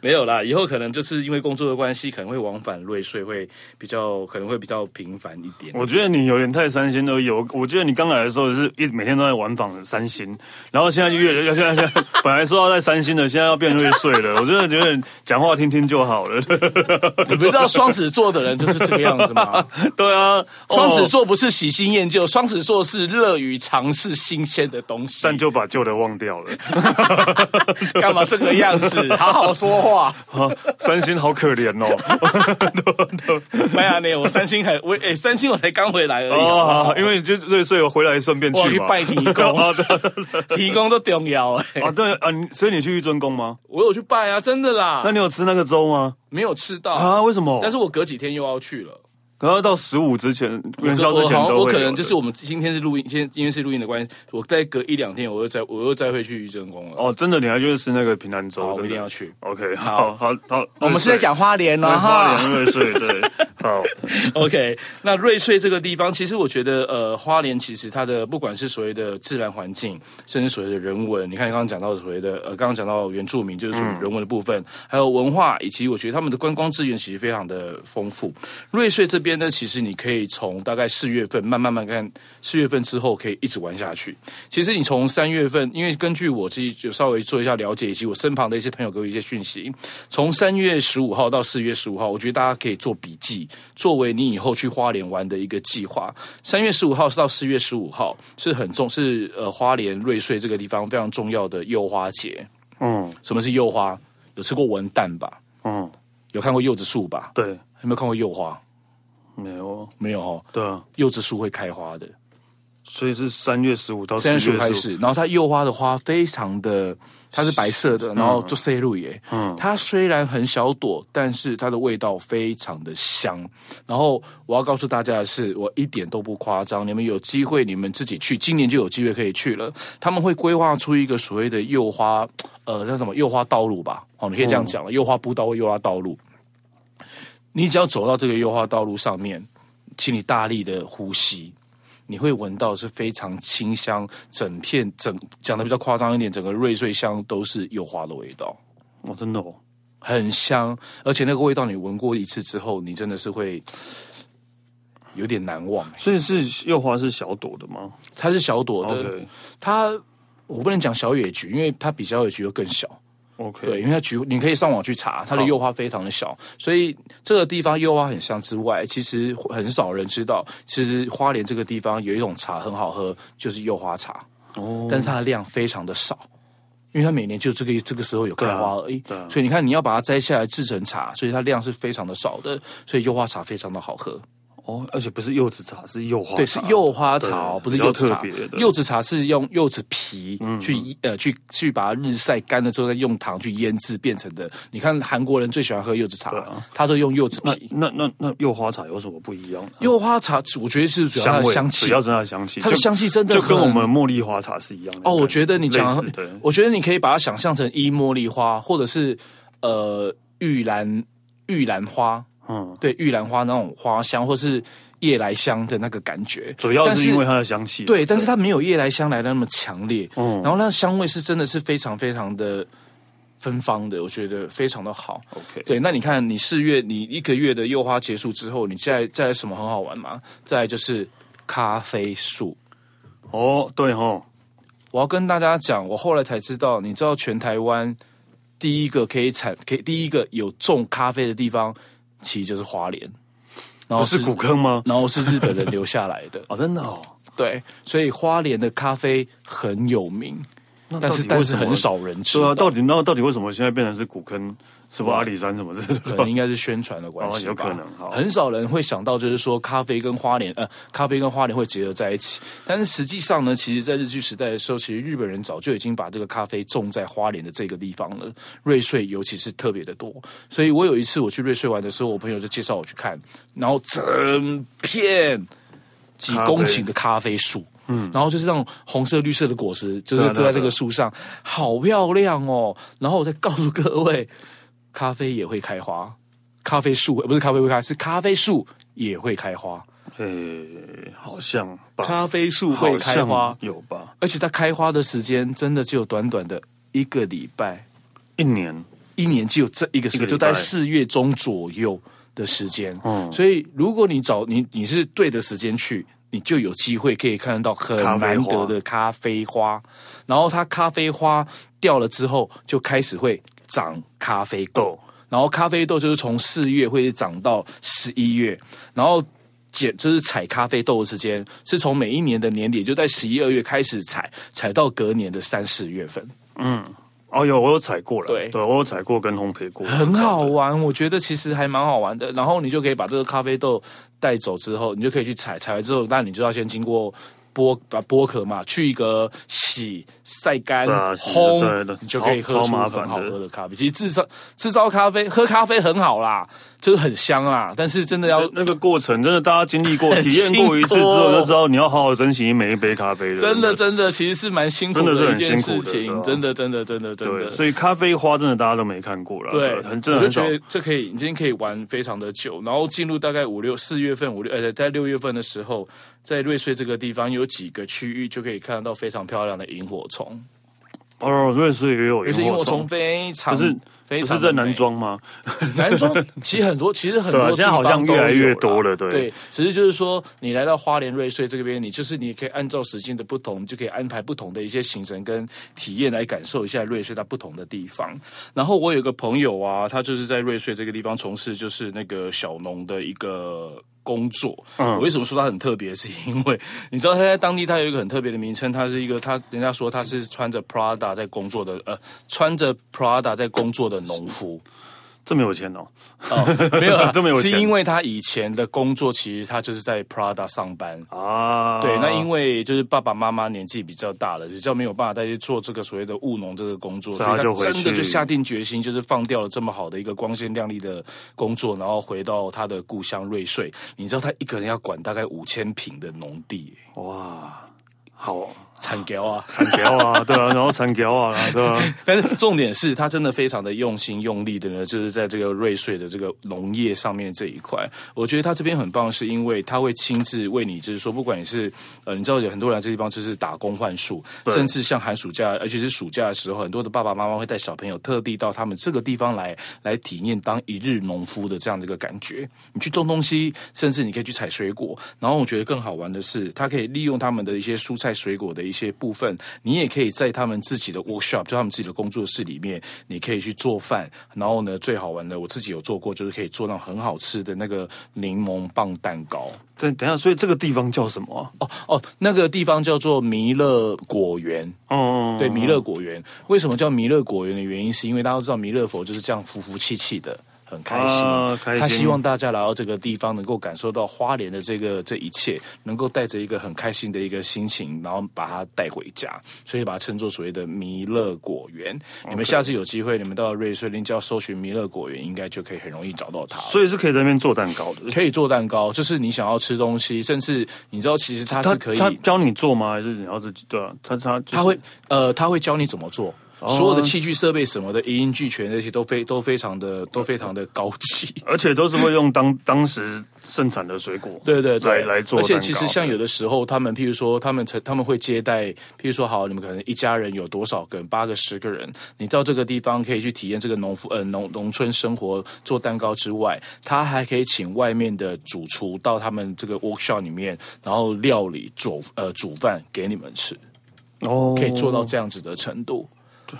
B: 没有啦，以后可能就是因为工作的关系，可能会往返瑞穗，会比较可能会比较频繁一点。
A: 我觉得你有点太三心二意。我我觉得你刚来的时候是一每天都在玩仿三星，然后现在就越来越现在现在本来说要在三星的，现在要变瑞穗了。我真的觉得讲话听听就好了。
B: 你不知道双子座的人就是这个样子 吗？
A: 对啊，
B: 双子
A: 哦
B: 座不是喜新厌旧，双子座是乐于尝试新鲜的东西。
A: 但就把旧的忘掉了。
B: 干嘛这个样 子？好好说话。
A: 啊，三星好可怜哦。
B: 没有呢，我三星还我哎、三星我才刚回来而已。
A: 哦，好好因为你就瑞穗回来顺便
B: 我
A: 去
B: 去
A: 嘛。
B: 拜提供
A: 啊对
B: 提供都重要哎、
A: 啊，对啊，你所以你去玉尊宫吗？
B: 我有去拜啊，真的
A: 那
B: 啦，
A: 你有吃那个粥吗？
B: 没有吃到
A: 啊，为什么？
B: 但是我隔几天又要去了。
A: 可能要到十五之前， 元宵
B: 我
A: 之前
B: 好像
A: 都
B: 我
A: 会
B: 可
A: 有
B: 能
A: 的
B: 就是我们今天是录音，今天因为是录音的关系，我再隔一两天，我又再我又再会去玉珍宫了。
A: 哦，真的，你还就是吃那个平安粥，
B: 好，我
A: 真
B: 一
A: 的
B: 定要去。
A: OK，好好好，
B: 我们是在讲花莲
A: 瑞
B: 呢，
A: 穗花
B: 哈。
A: 莲哦瑞穗，对， 好，
B: OK，那瑞穗这个地方，其实我觉得，呃，花莲其实它的不管是所谓的自然环境，甚至所谓的人文，你看刚刚讲到所谓的，呃，刚刚讲到原住民就是属于人文的部分，还有文化，以及我觉得他们的观光资源其实非常的丰富。瑞穗这边呢，其实你可以从大概四月份慢慢慢看，四月份之后可以一直玩下去。其实你从三月份，因为根据我自己就稍微做一下了解，以及我身旁的一些朋友给我一些讯息，从三月十五号到四月十五号，我觉得大家可以做笔记，作为你以后去花莲玩的一个计划。三月十五号到四月十五号是很重，是呃花莲瑞穗这个地方非常重要的柚花节。
A: 嗯
B: 什么是柚花？有吃过文旦吧？
A: 嗯，
B: 有看过柚子树吧？
A: 对，
B: 有没有看过柚花？
A: 没有，
B: 没有哦，
A: 对啊，
B: 柚子树会开花的。
A: 所以是三月十五哦到四
B: 三
A: 月
B: 月
A: 十
B: 树开
A: 五，
B: 始，然后它柚花的花非常的，它是白色的，然后就塞入耶。嗯，它虽然很小朵，但是它的味道非常的香。然后我要告诉大家的是，我一点都不夸张，你们有机会你们自己去，今年就有机会可以去了。他们会规划出一个所谓的柚花，呃，叫什么柚花道路吧？哦，你可以这样讲了，柚花步道或柚花道路。你只要走到这个优化道路上面，请你大力的呼吸，你会闻到是非常清香，整片整讲的比较夸张一点，整个瑞穗乡都是柚花的味道，
A: 哦，真的哦，
B: 很香，而且那个味道你闻过一次之后，你真的是会有点难忘。
A: 所以是柚花是小朵的吗
B: 它是小朵的
A: ？OK
B: 它我不能讲小野菊，因为它比小野菊又更小。对，
A: OK，
B: 因为它菊，你可以上网去查，它的柚花非常的小，所以这个地方柚花很香之外，其实很少人知道，其实花莲这个地方有一种茶很好喝，就是柚花茶，
A: 哦，
B: 但是它的量非常的少。因为它每年就这个这个时候有开花而已，
A: 对啊
B: 所以你看你要把它摘下来制成茶，所以它量是非常的少的，所以柚花茶非常的好喝。
A: 哦，而且不是柚子茶，是柚花茶，
B: 对，是柚花茶，
A: 对
B: 不是
A: 比较
B: 柚子茶
A: 特别的。嗯
B: 柚子茶是用柚子皮去、呃去去把它日晒干了之后，再用糖去腌制变成的。你看韩国人最喜欢喝柚子茶，他都用柚子
A: 啊那
B: 皮。
A: 那那那柚花茶有什么不一样呢？
B: 柚花茶我觉得是主要它
A: 香
B: 的
A: 味，
B: 香
A: 主
B: 气
A: 要，是它的香气，
B: 它的
A: 就
B: 香气真的
A: 就跟
B: 很
A: 我们茉莉花茶是一样的
B: 哦，我觉得你
A: 类
B: 讲
A: 似的，，
B: 我觉得你可以把它想象成一茉莉花，或者是呃玉兰玉兰花，
A: 嗯，
B: 对玉兰花那种花香，或是夜来香的那个感觉。
A: 主要
B: 但
A: 是因为它的香气，
B: 对，但是它没有夜来香来的那么强烈，
A: 嗯
B: 然后那香味是真的是非常非常的芬芳的，我觉得非常的好。
A: ，OK，
B: 对，那你看，你四月你一个月的柚花结束之后，你再再来什么很好玩吗？再来就是咖啡树。
A: 哦，对吼，
B: 我要跟大家讲，我后来才知道，你知道全台湾第一个可以产，可以第一个有种咖啡的地方，其实就是花莲，然
A: 哦
B: 后
A: 不是古坑吗？，
B: 然后是日本人留下来的
A: 哦，真的哦，
B: 对，所以花莲的咖啡很有名，
A: 那
B: 但是
A: 到底
B: 但
A: 为
B: 是
A: 什么
B: 很。少人知
A: 对
B: 道
A: 啊，，到底那到底为什么现在变成是古坑，什么阿里山什么之类
B: 可
A: 的？
B: 能应该是宣传的关系
A: 哦
B: 吧、
A: 有可能好
B: 很少人会想到，就是说咖啡跟花莲，呃，咖啡跟花莲会结合在一起。但是实际上呢，其实在日据时代的时候，其实日本人早就已经把这个咖啡种在花莲的这个地方了。瑞穗尤其是特别的多，所以我有一次我去瑞穗玩的时候，我朋友就介绍我去看，然后整片几
A: 咖啡
B: 公顷的咖啡树。嗯，然后就是那种红色、绿色的果实，就是
A: 对啊对啊
B: 都在这
A: 对
B: 个
A: 啊
B: 树上，好漂亮哦。然后我再告诉各位，咖啡也会开花，咖啡树呃不是咖啡会开，是咖啡树也会开花，
A: 诶，好像吧，
B: 咖啡树会开
A: 好
B: 花
A: 像，有吧？
B: 而且它开花的时间真的只有短短的一个礼拜，
A: 一年
B: 一年只有这一个时
A: 一个礼
B: 间，
A: 拜
B: 就在四月中左右的时间。
A: 嗯
B: 所以如果你找你你是对的时间去。你就有机会可以看得到很
A: 咖啡
B: 难
A: 花
B: 得的咖啡花，然后它咖啡花掉了之后，就开始会长咖啡果。
A: 豆
B: 然后咖啡豆就是从四月会长到十一月，然后捡就是采咖啡豆的时间是从每一年的年底就在十一二月开始采，采到隔年的三四月份，
A: 哦，有我有采过了，
B: 对
A: 我有采过跟烘焙过，
B: 很好玩。我觉得其实还蛮好玩的。然后你就可以把这个咖啡豆带走之后，你就可以去采，采完之后，那你就要先经过。剥把剥壳嘛，去一个洗、晒干、
A: 对啊洗
B: 烘
A: 对对，
B: 你就可以喝
A: 超
B: 出
A: 超麻烦
B: 很
A: 的
B: 好喝的咖啡。其实制造制造咖啡，喝咖啡很好啦，就是很香啦。但是真的要
A: 这那个过程真的，大家经历过、
B: 很
A: 体验过一次之
B: 辛
A: 后，
B: 苦哦
A: 就知道你要好好珍惜每一杯咖啡了。
B: 真的真的，其实是蛮辛苦
A: 真的是
B: 的
A: 很
B: 一件
A: 辛
B: 事
A: 苦的对
B: 情
A: 啊，
B: 真的真的真的真
A: 对，
B: 的。
A: 所以咖啡花真的大家都没看过了，
B: 对，
A: 很真的
B: 我就
A: 很少
B: 觉。得这可以，你今天可以玩非常的久，然后进入大概五六四月份五六呃，在六月份的时候，在瑞穗这个地方有几个区域就可以看得到非常漂亮的萤火虫，
A: 哦，瑞士也有
B: 而且
A: 萤
B: 萤
A: 火
B: 火虫
A: 虫，
B: 非常
A: 不是
B: 非
A: 不
B: 常
A: 是
B: 的
A: 在
B: 美
A: 南，庄吗？
B: 南庄其实很多，其实很
A: 对
B: 多
A: 啊
B: 地方都有啦，
A: 现在好像越来越多了对
B: 对，只是就是说，你来到花莲瑞穗这边，你就是你也可以按照时间的不同，你就可以安排不同的一些行程跟体验来感受一下瑞穗它不同的地方。然后我有个朋友啊，他就是在瑞穗这个地方从事就是那个小农的一个。工作，我
A: 嗯
B: 为什么说他很特别？是因为你知道他在当地他有一个很特别的名称，他是一个他人家说他是穿着 Prada 在工作的呃穿着 Prada 在工作的农夫，
A: 这么有钱哦，
B: 哦，没有啦
A: 这么有钱
B: 是因为他以前的工作其实他就是在 Prada 上班。
A: 啊，
B: 对，那因为就是爸爸妈妈年纪比较大了，比较没有办法再去做这个所谓的务农这个工作，
A: 所
B: 所
A: 以他
B: 以
A: 就
B: 他
A: 回
B: 真的
A: 去
B: 就下定决心，就是放掉了这么好的一个光鲜亮丽的工作，然后回到他的故乡瑞穗。你知道他一个人要管大概五千平的农地，
A: 哇，好
B: 惨掉啊！
A: 产条 啊，对啊，然后产条啊，对啊，
B: 但是重点是他真的非常的用心用力的呢，就是在这个瑞穗的这个农业上面这一块，我觉得他这边很棒，是因为他会亲自为你，就是说，不管你是呃，你知道有很多人来这地方就是打工换宿，甚至像寒暑假，而且是暑假的时候，很多的爸爸妈妈会带小朋友特地到他们这个地方来，来体验当一日农夫的这样的一个感觉。你去种东西，甚至你可以去采水果。然后我觉得更好玩的是，它可以利用他们的一些蔬菜水果的一些部分，你也可以在他们自己的 workshop，就他们自己的工作室里面，你可以去做饭。然后呢，最好玩的我自己有做过，就是可以做那种很好吃的那个柠檬棒蛋糕。
A: 等等一下，所以这个地方叫什么啊？
B: 哦哦，那个地方叫做弥勒果园。
A: 哦，
B: 对，弥勒果园为什么叫弥勒果园的原因，是因为大家都知道弥勒佛就是这样服服气气的。很开心。
A: 啊开心
B: 他希望大家来到这个地方，能够感受到花莲的这个这一切，能够带着一个很开心的一个心情，然后把它带回家，所以把它称作所谓的弥勒果园。你们下次有机会，你们到瑞穗林郊搜寻弥勒果园，应该就可以很容易找到它了。
A: 所以是可以在那边做蛋糕的。
B: 可以做蛋糕，就是你想要吃东西，甚至你知道，其实它
A: 他
B: 是可以，
A: 他教你做吗？还是你要自己？对啊，他他就是哦
B: 他会呃，他会教你怎么做。所有的器具设备什么的，一应俱全，这些都非都非常的都非常的高级。
A: 而且都是会用当 当时盛产的水果，
B: 对对对，
A: 来来做
B: 而
A: 蛋糕。
B: 且其实像有的时候，他们譬如说，他们才他们会接待，譬如说，好，你们可能一家人有多少个人，八个、十个人，你到这个地方可以去体验这个农夫呃农农村生活，做蛋糕之外，他还可以请外面的主厨到他们这个 workshop 里面，然后料理煮呃煮饭给你们吃。
A: 哦，
B: 可以做到这样子的程度。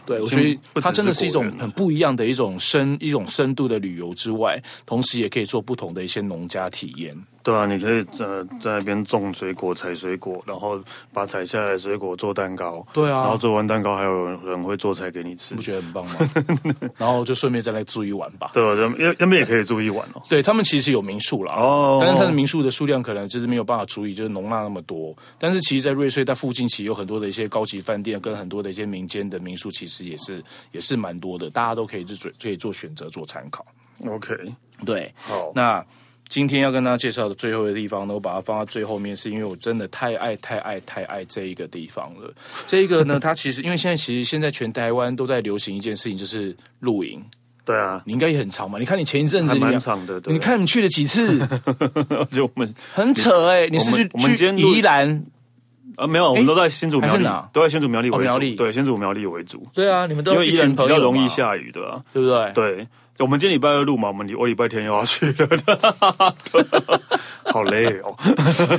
B: 对，我
A: 已
B: 觉
A: 经
B: 得
A: 不只
B: 它真的
A: 是啊
B: 是
A: 果
B: 一种
A: 园了
B: 很不一样的一种深一种深度的旅游之外，同时也可以做不同的一些农家体验。
A: 对啊，你可以呃在那边种水果、采水果，然后把采下来的水果做蛋糕。
B: 对啊
A: 然后做完蛋糕，还有人会做菜给你吃
B: 不。觉得很棒吗？ 然后就顺便再来住一晚吧。
A: 对啊，那那那边也可以住一晚哦。
B: 对他们其实有民宿啦，
A: 哦
B: 但是它的民宿的数量可能就是没有办法足以就是容纳那么多。但是其实，在瑞穗在附近，其实有很多的一些高级饭店跟很多的一些民间的民宿，其实也是也是蛮多的，大家都可以去做可以做选择做参考。
A: OK，
B: 对，
A: 好，
B: 那今天要跟大家介绍的最后的地方呢，我把它放到最后面，是因为我真的太爱、太爱、太爱这一个地方了。这一个呢，它其实因为现在其实现在全台湾都在流行一件事情，就是露营。
A: 对啊，
B: 你应该也很长嘛？你看你前一阵子
A: 还
B: 你
A: 蛮
B: 俩
A: 长的。对啊
B: 你， 看你去了几次，
A: 就我们
B: 很扯哎、你是
A: 我们
B: 去
A: 我们今天
B: 去
A: 录
B: 宜兰？
A: 啊没有，我们都在新竹苗
B: 还是
A: 栗
B: 哪，
A: 都在新竹苗栗为
B: 哦苗
A: 主。
B: 栗
A: 对，新竹苗栗为主，
B: 对啊，你们都
A: 因为
B: 一
A: 宜兰
B: 群
A: 比
B: 朋
A: 较
B: 友
A: 容易
B: 嘛，哎
A: 下雨，对吧？
B: 对不对？
A: 对，我们今天礼拜二录嘛，我们礼我礼拜天又要去了， 好累哦。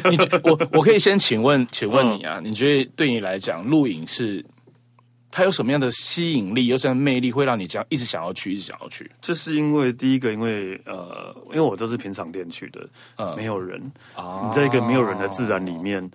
B: 你觉 我我可以先请问，请
A: 嗯
B: 问你啊，你觉得对你来讲，露营是它有什么样的吸引力，有什么样的魅力，会让你想一直想要去，一直想要去？
A: 就是因为第一个，因为呃，因为我都是平常练去的，没有人，
B: 嗯啊
A: 你在一个没有人的自然里面。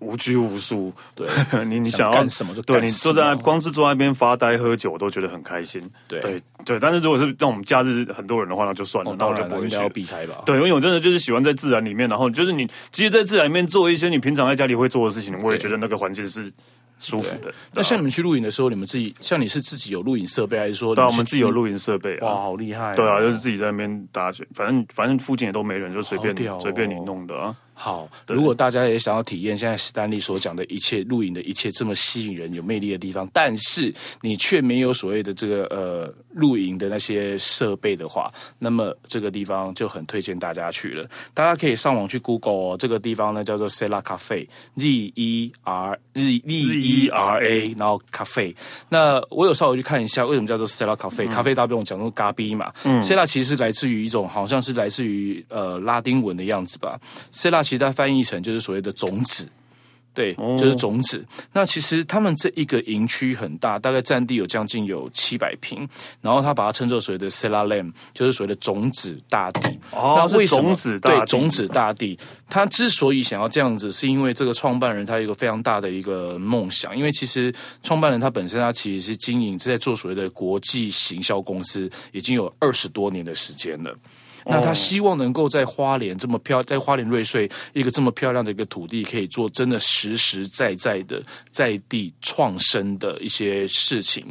A: 无拘无束，
B: 对
A: 你你
B: 想
A: 想要
B: 干什么就
A: 对
B: 干
A: 你
B: 什
A: 坐在那
B: 么
A: 光是坐在那边发呆喝酒，我都觉得很开心。
B: 对
A: 对对，但是如果是让我们假日很多人的话，那就算了，那
B: 哦当
A: 我就
B: 然
A: 不
B: 了，
A: 会
B: 应
A: 去
B: 该
A: 了。
B: 要避开吧。
A: 对，因为我真的就是喜欢在自然里面，然后就是你，其实，在自然里面做一些你平常在家里会做的事情，我也觉得那个环境是舒服的。
B: 那像你们去露营的时候，你们自己像你是自己有露营设备，还是说
A: 对啊，
B: 你
A: 我
B: 是
A: 们自己有？露营设备
B: 哇，
A: 啊，
B: 好厉害！
A: 对啊，就是自己在那边打水，反正反正附近也都没人，就随便
B: 好屌哦
A: 随便你弄的啊。
B: 好。如果大家也想要体验现在史丹利所讲的一切露营的一切这么吸引人、有魅力的地方，但是你却没有所谓的这个呃露营的那些设备的话，那么这个地方就很推荐大家去了。大家可以上网去 Google 哦，这个地方呢叫做 Sela Cafe，Z E R Z E R A，然后 Cafe。那我有稍微去看一下，为什么叫做 Sela Cafe？、咖啡大家不用讲，就是咖啡嘛。嗯，Sela 其实来自于一种好像是来自于呃拉丁文的样子吧。Sela 其实它翻译成就是所谓的种子。对，
A: 哦
B: 就是种子。那其实他们这一个营区很大，大概占地有将近有七百平，然后他把它称作所谓的 Sela Land，就是所谓的种子大地。
A: 哦
B: 那为什么
A: 是种子大地
B: 对种子大地？他之所以想要这样子，是因为这个创办人他有一个非常大的一个梦想，因为其实创办人他本身他其实是经营是在做所谓的国际行销公司，已经有二十多年的时间了。那他希望能够在花莲这么漂，在花莲瑞穗一个这么漂亮的一个土地，可以做真的实实在在的在地创生的一些事情。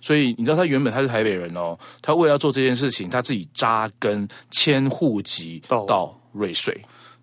B: 所以你知道，他原本他是台北人哦，他为了要做这件事情，他自己扎根迁户籍
A: 到
B: 到瑞穗。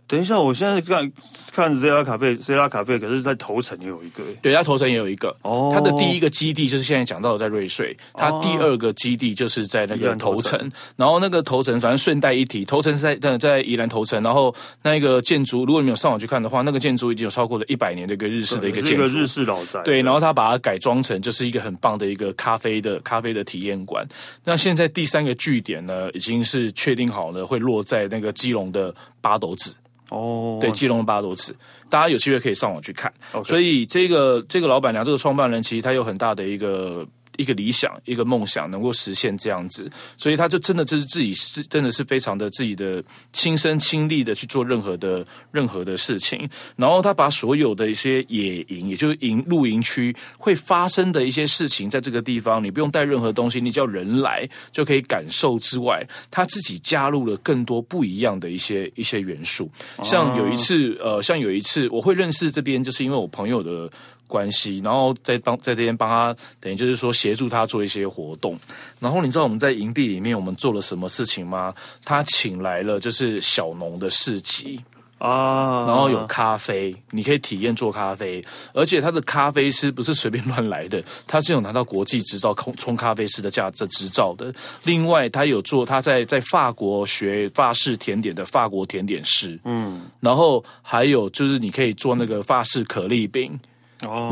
A: 等一下，我现在看看 Z 拉卡费，Z 拉卡费，可是在头城也有一个欸，
B: 对，他头城也有一个，
A: 哦
B: 他的第一个基地就是现在讲到的在瑞穗，他第二个基地就是在那
A: 宜
B: 个
A: 兰头
B: 头
A: 城
B: 城，然后那个头城，反正顺带一提，头城是在呃在在宜兰头城，然后那个建筑，如果你们有上网去看的话，那个建筑已经有超过了一百年的一个日式的一个
A: 是一
B: 建
A: 个
B: 筑，
A: 日式老宅。
B: 对，然后他把它改装成就是一个很棒的一个咖啡的咖啡的体验馆。那现在第三个据点呢，已经是确定好了，会落在那个基隆的八斗子。
A: 哦，
B: 对，基隆的巴多茨，大家有机会可以上网去看。
A: OK
B: 所以这个这个老板娘，这个创办人，其实他有很大的一个一个理想、一个梦想能够实现这样子，所以他就真的就是自己是真的是非常的自己的亲身亲历的去做任何的任何的事情，然后他把所有的一些野营，也就是营露营区会发生的一些事情，在这个地方你不用带任何东西，你叫人来就可以感受之外，他自己加入了更多不一样的一些一些元素，像有一次呃，像有一次我会认识这边，就是因为我朋友的。关系，然后在帮在这边帮他，等于就是说协助他做一些活动。然后你知道我们在营地里面我们做了什么事情吗？他请来了就是小农的市集，
A: 啊，
B: 然后有咖啡，你可以体验做咖啡，而且他的咖啡师不是随便乱来的， 他是有拿到国际执照冲冲咖啡师的驾这执照的。另外，他有做他在在法国学法式甜点的法国甜点师，嗯，然后还有就是你可以做那个法式可丽
A: 哦
B: 饼，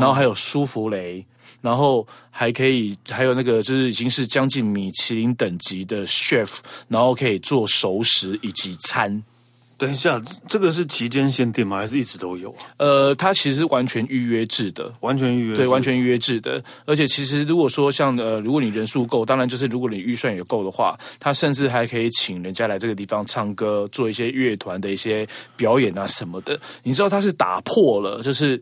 B: 然后还有舒芙蕾。然后还可以，还有那个就是已经是将近米其林等级的 chef，然后可以做熟食以及餐，
A: 等一下，这这个是期间限定吗？还是一直都有啊？
B: 呃，它其实完全预约制的。
A: 完全预约制？
B: 对，完全预约制的。而且其实如果说像呃，如果你人数够，当然就是如果你预算也够的话，他甚至还可以请人家来这个地方唱歌，做一些乐团的一些表演啊什么的。你知道他是打破了，就是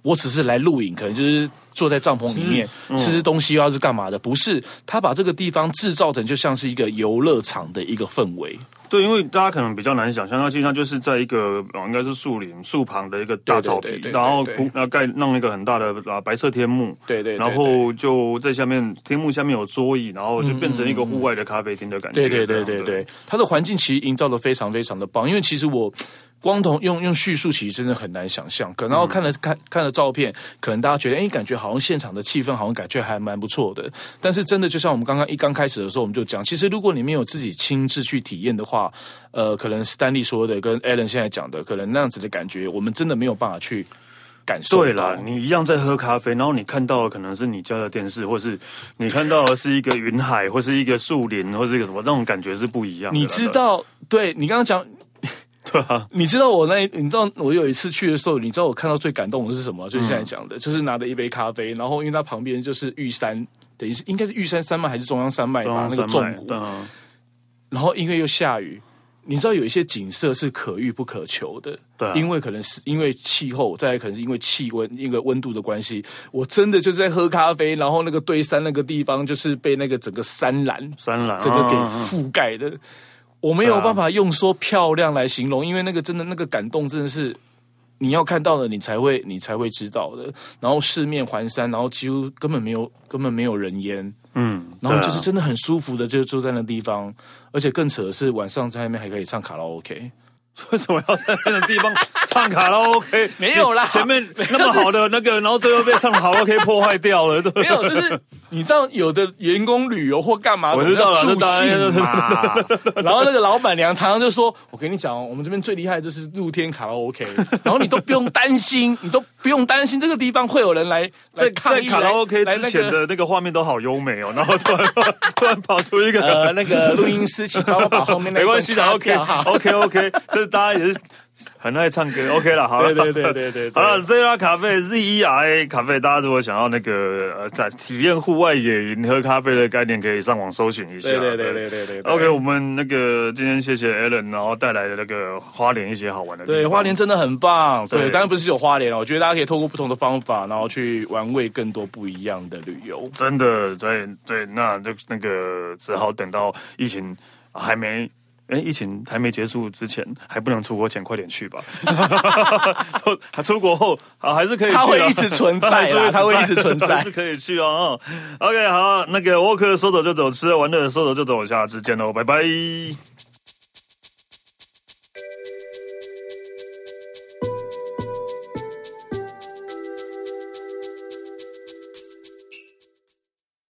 B: 我只是来录影，可能就是。坐在帐篷里面
A: 嗯
B: 吃吃东西啊，是干嘛的？不是，他把这个地方制造成就像是一个游乐场的一个氛围。
A: 对，因为大家可能比较难想象，它其实它就是在一个哦，应该是树林树旁的一个大草
B: 对对
A: 皮，
B: 对对
A: 然后
B: 对
A: 铺，然后盖弄一个很大的啊白色天幕，
B: 对对对
A: 然后就在下面天幕下面有桌椅，然后就变成一个户外的咖啡厅的感觉。
B: 嗯对对对
A: 这
B: 对
A: 样，
B: 对，它的环境其实营造的非常非常的棒，因为其实我。光同用用叙述其实真的很难想象，可能然后
A: 嗯
B: 看了看看了照片，可能大家觉得哎，感觉好像现场的气氛好像感觉还蛮不错的。但是真的就像我们刚刚一刚开始的时候，我们就讲，其实如果你没有自己亲自去体验的话，呃，可能 Stanley 说的跟 Alan 现在讲的，可能那样子的感觉，我们真的没有办法去感受到。
A: 对啦，你一样在喝咖啡，然后你看到的可能是你家的电视，或是你看到的是一个云海，或是一个树林，或是一个什么，那种感觉是不一样的啦。
B: 你知道，对你刚 刚讲，对啊，你知道我那一，你知道我有一次去的时候，你知道我看到最感动的是什么？就是现在讲的，
A: 嗯
B: 就是拿着一杯咖啡，然后因为它旁边就是玉山，等于是应该是玉山山脉还是中央山脉
A: 中
B: 吧
A: 央，
B: 那个
A: 山
B: 纵
A: 脉，
B: 谷，
A: 对啊
B: 然后因为又下雨，你知道有一些景色是可遇不可求的，
A: 对啊
B: 因为可能是因为气候，再来可能是因为气温、因为温度的关系，我真的就是在喝咖啡，然后那个对山那个地方就是被那个整个山岚
A: 山岚
B: 整个给
A: 嗯嗯嗯
B: 覆盖的。我没有办法用说漂亮来形容，因为那个真的那个感动真的是你要看到的，你才会你才会知道的。然后四面环山，然后几乎根本没有根本没有人烟，
A: 嗯，
B: 然后就
A: 对啊
B: 是真的很舒服的，就住在那地方。而且更扯的是，晚上在那边还可以唱卡拉 OK。
A: 为什么要在那种地方唱卡拉 OK？
B: 没有啦
A: 你前面那么好的那个，然后最后被唱卡拉 OK 破坏掉了，对不
B: 没
A: 对？
B: 有，就是 你知道，有的员工旅游或干嘛，
A: 我知道了
B: 总要
A: 这
B: 助兴嘛。 然后那个老板娘常常就说：“我跟你讲哦，我们这边最厉害的就是露天卡拉 OK，然 后你都不用担心，你都不用担心这个地方会有人来来
A: 在
B: 抗
A: 在
B: 议
A: 卡拉
B: 来
A: OK
B: 来
A: 之
B: 那
A: 前
B: 个
A: 的那个画面都好优美哦，然后突然突然跑出一个，
B: 呃那个录音师，请帮我把后面
A: 没
B: 那个
A: 关系的
B: 卡
A: ，OK
B: 掉哈。
A: OK OK，就是大家也是很爱唱歌，OK 了，好了，
B: 对对对对对
A: 好
B: 对。
A: 了，Zera 咖啡 Z E R A 咖啡，大家如果想要那个呃在体验户外野营喝咖啡的概念，可以上网搜寻一下。
B: 对对对对对对对
A: OK，我们那个今天谢谢 Alan，然后带来的那个花莲一些好玩的地方。
B: 对，花莲真的很棒。对，
A: 对
B: 当然不是只有花莲了，我觉得大家可以透过不同的方法，然后去玩味更多不一样的旅游。
A: 真的对对，那就那个只好等到疫情还没。哎，疫情还没结束之前，还不能出国前，快点 去吧。出国后啊，还是可以去啊。
B: 它会一直存在啦 啊它会一直存在
A: 还是可以去哦。嗯 OK，好，那个沃克说走就走，吃了玩的说走就走，下次见喽，拜拜。